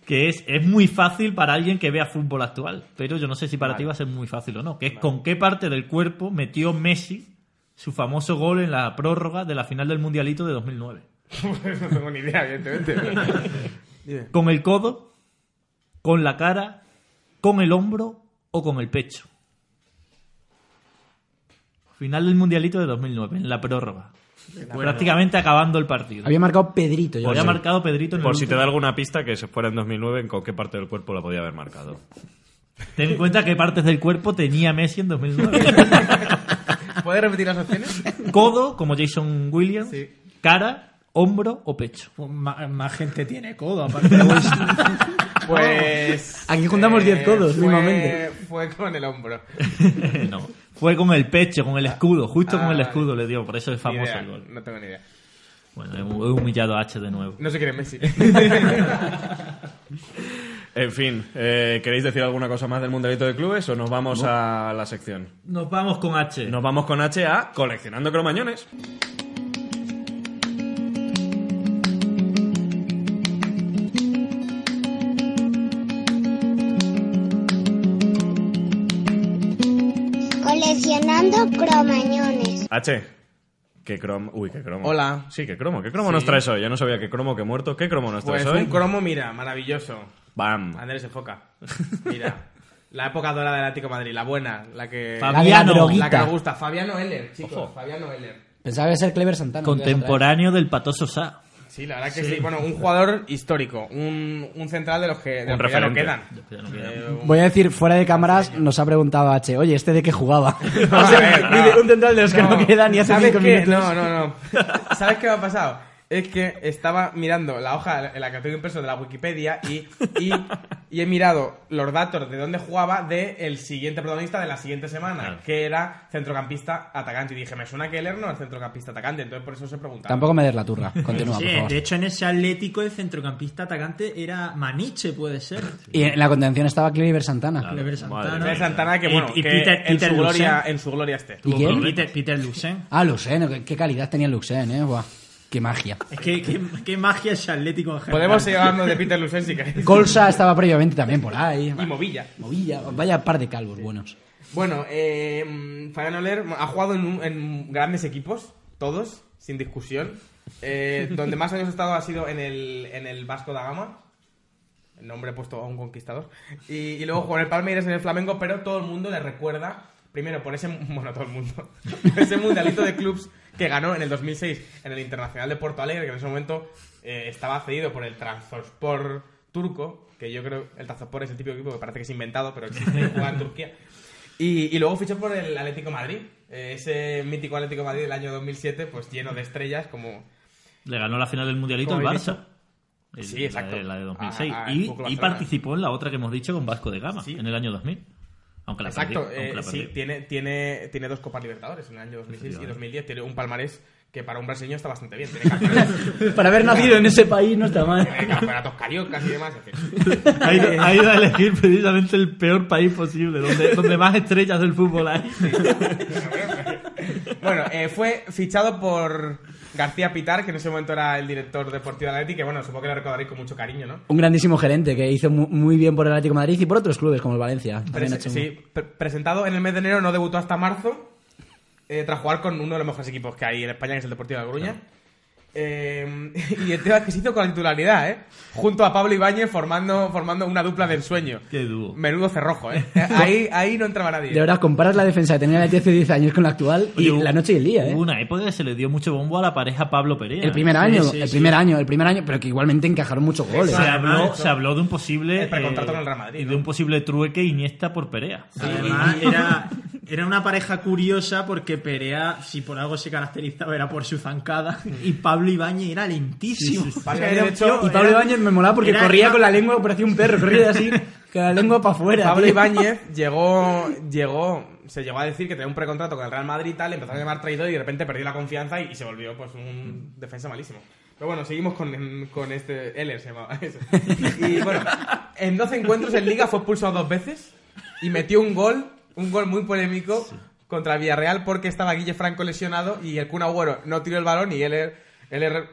que es, es muy fácil para alguien que vea fútbol actual, pero yo no sé si para ti va a ser muy fácil o no, que es con qué parte del cuerpo metió Messi su famoso gol en la prórroga de la final del Mundialito de 2009.
Pues no tengo ni idea, evidentemente.
¿Con el codo? ¿Con la cara? ¿Con el hombro? ¿O con el pecho? Final del Mundialito de 2009, en la prórroga. Prácticamente acabando el partido.
Había marcado Pedrito. yo
Lo había
creo.
marcado Pedrito en el
Por si te
último.
da alguna pista que se fuera en 2009, ¿con qué parte del cuerpo la podía haber marcado?
Ten en cuenta qué partes del cuerpo tenía Messi en 2009.
¿Puedes repetir las opciones?
Codo, como Jason Williams.
Sí.
Cara, hombro o pecho.
Pues ma- más gente tiene codo, aparte de Wilson.
Pues.
Aquí juntamos 10 codos,
fue-
mínimamente.
Fue con el hombro.
no. Fue con el pecho, con el escudo. Justo
Ah,
con el
vale.
escudo le dio. Por eso es
Ni
famoso
idea,
el gol.
No tengo ni idea.
Bueno, he he humillado a H de nuevo.
No sé quién es Messi.
En fin, eh, ¿queréis decir alguna cosa más del mundialito de clubes o nos vamos a la sección?
Nos vamos con H.
Nos vamos con H a coleccionando cromañones.
Coleccionando cromañones.
H. ¿Qué cromo? Uy, qué cromo.
Hola.
Sí, qué cromo. ¿Qué cromo nos traes hoy? Ya no sabía qué cromo, qué muerto. ¿Qué cromo nos traes
Pues
hoy?
un cromo, mira, maravilloso.
Bam.
Andrés Enfoca. Mira. La época dorada del Atlético de Madrid, la buena, la que.
Fabi-
La de la
La
Fabiano,
que
droguita.
nos gusta. Fabiano Heller, chicos. Fabiano Heller.
Pensaba que iba a ser Clever Santana.
Contemporáneo del patoso Sa.
Sí, la verdad que sí. Bueno, un jugador histórico. Un, un central de los que, de
Un
los que ya no
referente.
quedan.
Los que ya no quedan.
Eh, un-
Voy a decir, fuera de cámaras, nos ha preguntado H. Oye, ¿este de qué jugaba?
Vamos a ver, no.
un central de los que no quedan ni hace
¿Sabes
5
qué?
minutos.
No, no, no. ¿Sabes qué me ha pasado? Es que estaba mirando la hoja en la que tengo impreso de la Wikipedia y, y, y he mirado los datos de dónde jugaba de el siguiente protagonista de la siguiente semana,
Claro.
que era centrocampista atacante. Y dije, me suena que Heller no es centrocampista atacante, entonces por eso se pregunta.
Tampoco me des la turra. Continúa,
Sí,
por favor.
de hecho, en ese Atlético, el centrocampista atacante era Maniche, puede ser.
Y en la contención estaba Clever Santana.
Clever Santana.
madre mía.
Santana, que
Y-
bueno,
y
que
Peter-
en,
Peter
su gloria,
Lucen.
en su gloria esté.
¿Y quién?
Peter, Peter Lucen.
Ah, Luxen. qué- Qué calidad tenía Luxen, eh. Buah, qué magia.
Es que qué, qué magia es Atlético en general.
Podemos llevarnos de Peter Lucen si queréis.
Colsa estaba previamente también por ahí.
Y Movilla.
Movilla. Vaya par de calvos buenos.
Bueno, eh, mm, Fabián Oler ha jugado en, un- en grandes equipos, todos, sin discusión. Eh, donde más años ha estado ha sido en el, en el Vasco da Gama. El nombre he puesto a un conquistador. Y, y luego jugó en el Palmeiras, en el Flamengo, pero todo el mundo le recuerda, primero por ese, bueno, todo el mundo, ese mundialito de clubs que ganó en el 2006 en el Internacional de Porto Alegre, que en ese momento eh, estaba cedido por el Trabzonspor turco, que yo creo el Trabzonspor es el típico equipo que parece que es inventado, pero existe y juega en Turquía. Y, y luego fichó por el Atlético de Madrid, eh, ese mítico Atlético de Madrid del año 2007, pues lleno de estrellas como
Le ganó la final del Mundialito al
Como habéis
Barça. El-
Sí,
la de-
exacto.
La de, 2006.
Ah, ah, el
y,
Fútbol
y
Barcelona.
participó en la otra que hemos dicho con Vasco de Gama,
Sí.
en el año 2000. Aunque la
Exacto,
perdí,
eh,
aunque la
sí,
perdí.
tiene, tiene, tiene dos Copas Libertadores en el año 2006 y 2010. Tiene un palmarés que para un brasileño está bastante bien. Tiene campeonatos,
Para haber nacido en ese país no está mal.
tiene campeonatos cariocas y demás. en fin.
Ha ido, ha ido a elegir precisamente el peor país posible, donde, donde más estrellas del fútbol hay.
Bueno, eh, fue fichado por García Pitar, que en ese momento era el director deportivo de Atleti, que bueno, supongo que lo recordaréis con mucho cariño, ¿no?
Un grandísimo gerente que hizo mu- muy bien por el Atlético de Madrid y por otros clubes como el Valencia.
Pres-
También ha hecho un-
sí, pre- presentado en el mes de enero, no debutó hasta marzo, eh, tras jugar con uno de los mejores equipos que hay en España, que es el Deportivo de La Coruña. Eh, y el tema es que se hizo con la titularidad, ¿eh? Junto a Pablo Ibáñez formando, formando una dupla del sueño.
Qué dúo.
Menudo cerrojo, ¿eh? Ahí, ahí no entraba nadie.
De verdad, comparas la defensa que tenía el Atlético hace 10 años con la actual y
Oye, hubo-
la noche y el día, ¿eh?
Hubo una época que se le dio mucho bombo a la pareja Pablo Perea.
El primer
Sí,
año,
sí,
el
sí.
primer año, el primer año, pero que igualmente encajaron muchos goles.
Se habló, se habló de un posible. eh,
El precontrato con el Real Madrid,
De
¿no?
un posible trueque Iniesta por Perea.
Además, era, era una pareja curiosa porque Perea, si por algo se caracterizaba, era por su zancada y Pablo Ibañez era lentísimo.
Pasa que,
Era
de
un
hecho,
tío-
Y Pablo
era-
Ibáñez me molaba porque
era-
corría
era-
con la lengua, parecía un perro, corría así, con la lengua para afuera.
Pablo
tío.
Ibáñez llegó, llegó, se llegó a decir que tenía un precontrato con el Real Madrid y tal, le empezaron a llamar traidor y de repente perdió la confianza y, y se volvió pues un defensa malísimo. Pero bueno, seguimos con, con este. Eller se llamaba eso. Y bueno, en 12 encuentros en Liga fue expulsado dos veces y metió un gol, un gol muy polémico contra Villarreal porque estaba Guille Franco lesionado y el Kun Agüero no tiró el balón y Eller, Eller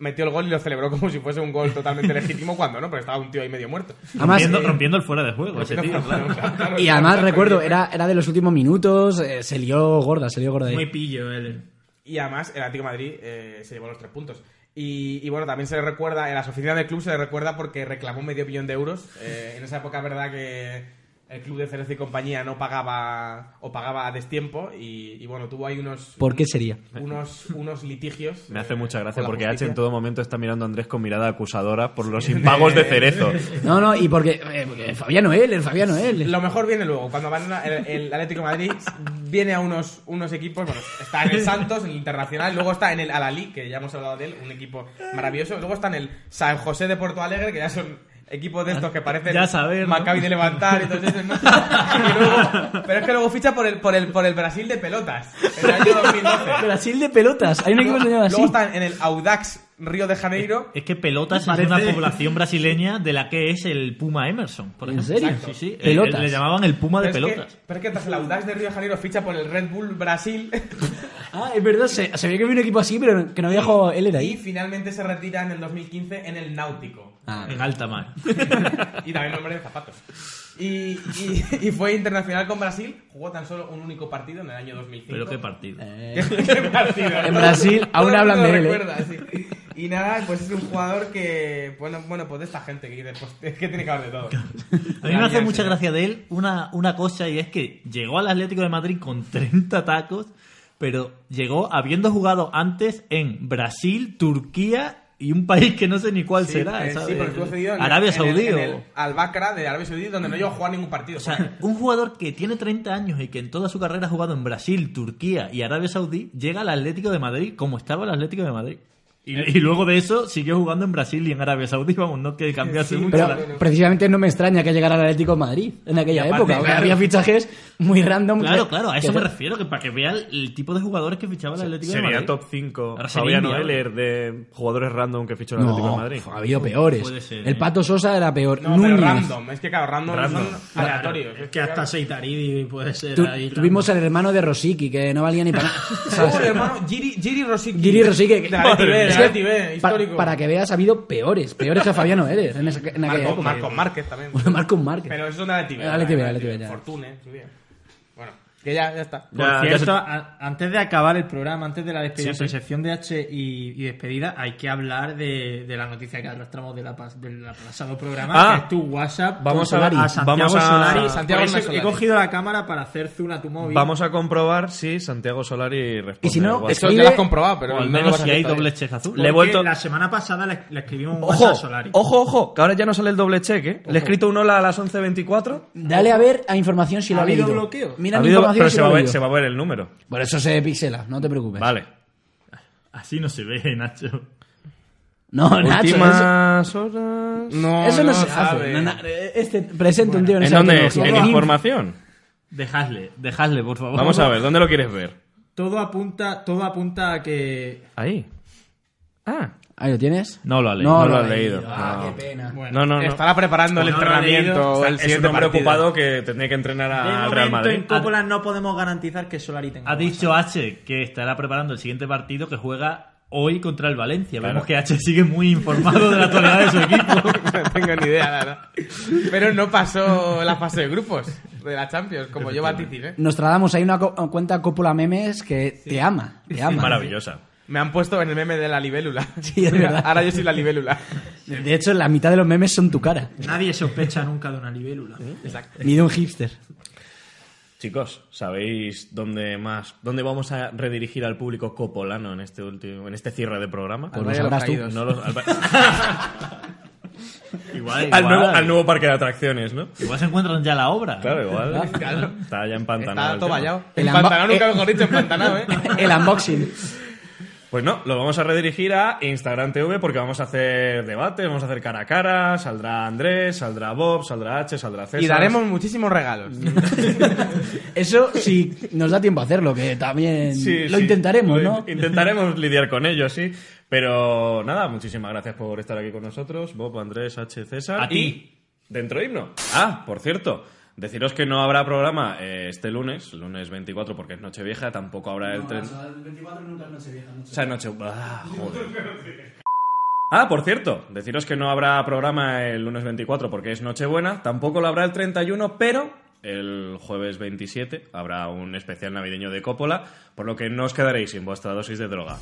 metió el gol y lo celebró como si fuese un gol totalmente legítimo cuando no, pero estaba un tío ahí medio muerto.
Además,
rompiendo,
eh,
rompiendo el fuera de juego. ese tío, claro.
Claro,
y además recuerdo, era, era de los últimos minutos, eh, se lió gorda, se lió gorda ahí.
Muy pillo, él.
Y además, el Atlético de Madrid eh, se llevó los tres puntos. Y, y bueno, también se le recuerda, en las oficinas del club se le recuerda porque reclamó medio millón de euros. Eh, en esa época, verdad que el club de Cerezo y compañía no pagaba o pagaba a destiempo. Y, y bueno, tuvo ahí unos,
¿Por qué sería?
unos, unos litigios.
Pues, Me
eh,
hace mucha gracia
con la
porque H
justicia.
en todo momento está mirando a Andrés con mirada acusadora por los impagos de cerezo.
No, no, y porque, eh, porque Fabián Noel, el Fabián Noel.
Lo mejor viene luego, cuando van a- el, el Atlético de Madrid viene a unos, unos equipos, bueno, está en el Santos, en el Internacional, luego está en el Alalí, que ya hemos hablado de él, un equipo maravilloso, luego está en el San José de Porto Alegre, que ya son equipos de estos que parecen
Ya saber, ¿no?
Maccabi de Levantar y todos esos, ¿no? Y luego- pero es que luego ficha por el, por el, por el Brasil de pelotas, en el año 2012.
Brasil de pelotas, hay un equipo que se llama así.
Luego está en el Audax Río de Janeiro,
Es que Pelotas es
Parece-
una población brasileña de la que es el Puma Emerson, por
¿En
ejemplo.
serio?
Sí, sí. Eh,
Pelotas.
Le llamaban el Puma de
pero es,
Pelotas.
que, pero es que tras el Audax de Río de Janeiro ficha por el Red Bull Brasil
Ah, es verdad, se, se veía que había un equipo así, pero que no había jugado él era
Y
ahí.
finalmente se retira en el 2015 en el Náutico.
Ah,
En alta mar.
Y también nombre de zapatos. Y, y- y fue internacional con Brasil. Jugó tan solo un único partido en el año 2005.
Pero qué partido.
eh,
¿Qué partido?
En Brasil aún
Todo el
hablan
mundo
de él,
lo
¿eh?
recuerda, sí. Y nada, pues es un jugador que... Bueno, bueno pues de esta gente que, dice, pues, es que tiene que haber de todo. eh.
A mí me hace mucha gracia de él una, una cosa y es que llegó al Atlético de Madrid con 30 tacos, pero llegó habiendo jugado antes en Brasil, Turquía y un país que no sé ni cuál
Sí,
será.
eh, sí,
¿sabes?
porque estuvo cedido en el-
Arabia
en el-
Saudí
en
o...
el Al-Bakra de Arabia Saudí, donde no llegó a jugar ningún partido.
O sea, un jugador que tiene 30 años y que en toda su carrera ha jugado en Brasil, Turquía y Arabia Saudí, llega al Atlético de Madrid como estaba el Atlético de Madrid. Y,
Eh.
y luego de eso siguió jugando en Brasil y en Arabia Saudí, vamos, no que cambiase
Sí,
mucho.
Pero
la-
precisamente no me extraña que llegara al Atlético de Madrid en aquella
eh, Y aparte,
época, porque
claro.
había fichajes muy random.
Claro,
que-
claro, a eso
que-
me refiero, que para que vea el, el tipo de jugadores que fichaba el Atlético de Madrid.
Sería top 5
Ahora sería
Fabián
inviable.
Oeller de jugadores random que fichó el Atlético
No,
de Madrid.
pf, ha habido peores.
Puede ser,
el
¿eh?
Pato Sosa era peor.
No, pero
Núñez.
random. Es que claro, random,
Random.
son aleatorios.
Es que hasta Seitaridi puede ser
Tu-
ahí.
tuvimos al hermano de Rosicki, que no valía ni para nada. ¿Sabes?
Joder, hermano, Giri, Giri Rosicky.
Giri Rosicky,
De
que-
la Leti B, de
Es
la
que
Leti B,
pa-
histórico.
para que veas, ha habido peores. Peores que Fabián Oeres en, esa- en aquella
Marco,
época.
Marcos Márquez también.
Bueno, Marcos Márquez.
Pero esos son de la Leti B.
La Leti B,
de
la Leti B, ya.
Fortune, en su día. Bueno, que ya, ya está.
Por
Ya- ya
cierto,
se-
a- antes de acabar el programa, antes de la despedida,
Sí, sí.
de sección de H y, y despedida, hay que hablar de, de la noticia que arrastramos de la pas- del pasado programa,
Ah.
que es tu WhatsApp.
Vamos
con
a-
Solari. Santiago
vamos a-
Solari.
Santiago
Por eso
Solari.
He cogido la cámara para hacer zoom a tu móvil.
Vamos a comprobar si Santiago Solari responde.
Y si no,
al WhatsApp.
Eso
Escribe-
ya lo has comprobado, pero
O al
no lo
menos
vas a
si hay
hacer
doble
todavía.
check azul.
Le he vuelto-
La semana pasada le, le escribimos un
Ojo,
WhatsApp a Solari.
ojo, ojo, que ahora ya no sale el doble cheque. Le he escrito un hola a las 11.24.
Dale a ver a información si lo
¿Ha
ha
habido
leído.
bloqueo?
Mira
Ha
la
habido-
información
pero
si
se
lo
va, a
ha
ver,
leído.
se va a ver el número.
Por eso se pixela, no te preocupes.
Vale.
Así no se ve, Nacho.
No,
Ah,
Nacho, eso-
Últimas horas.
No,
eso no, se
sabe.
eh,
hace. No, na- este presente un tío en
¿En
esa
dónde es?
tecnología.
¿En información?
Dejadle, dejadle, por favor.
Vamos a ver, ¿dónde lo quieres ver?
Todo apunta, todo apunta a que.
Ahí. Ah.
Ahí lo tienes.
No lo ha leído.
No,
No
lo
lo
has
he
leído.
leído. Ah,
No.
qué pena.
Bueno,
No, no, no.
Estará preparando el
No lo ha leído.
entrenamiento.
O sea,
es
el
un
siguiente
hombre
partido.
ocupado que tendría que entrenar
de
a- al
momento
Real Madrid. Ah,
en Coppola no podemos garantizar que Solari tenga.
Ha
más.
dicho H que estará preparando el siguiente partido que juega hoy contra el Valencia.
Claro.
Vemos que H sigue muy informado de la actualidad de su equipo.
no tengo ni idea, la verdad. Pero no pasó la fase de grupos de la Champions, como yo vaticiné.
Nostradamus, hay una co- cuenta Coppola Memes que te ama, te ama.
Maravillosa.
Me han puesto en el meme de la libélula.
Sí, es verdad.
Ahora yo soy la libélula.
De hecho, la mitad de los memes son tu cara,
Nadie sospecha nunca de una libélula.
ni de un hipster.
Chicos, ¿sabéis dónde más, dónde vamos a redirigir al público copolano en este último, en este cierre de programa?
Pues lo
Valle de los
sabrás tú.
Caídos.
No los- al,
Igual,
al
igual.
nuevo, al nuevo parque de atracciones, ¿no?
Igual se encuentran ya la obra.
Claro, igual. Está ya empantanado.
Está
el
todo
tema.
vallado.
El
Empantanado
amba-
nunca
eh.
mejor dicho, empantanado, ¿eh?
El unboxing.
Pues no, lo vamos a redirigir a Instagram TV porque vamos a hacer debate, vamos a hacer cara a cara, saldrá Andrés, saldrá Bob, saldrá H, saldrá César.
Y daremos muchísimos regalos.
Eso sí nos da tiempo a hacerlo, que también
Sí,
lo
sí.
intentaremos,
Lo
¿no?
in- Intentaremos lidiar con ello, sí. Pero nada, muchísimas gracias por estar aquí con nosotros, Bob, Andrés, H, César.
A
y
ti.
Dentro himno. Ah, por cierto. Deciros que no habrá programa eh, este lunes, lunes 24, porque es Nochevieja, tampoco habrá el 30. O sea, noche. Ah, joder. Ah, por cierto, deciros que no habrá programa el lunes 24 porque es Nochebuena, tampoco lo habrá el 31, pero el jueves 27 habrá un especial navideño de Coppola, por lo que no os quedaréis sin vuestra dosis de droga.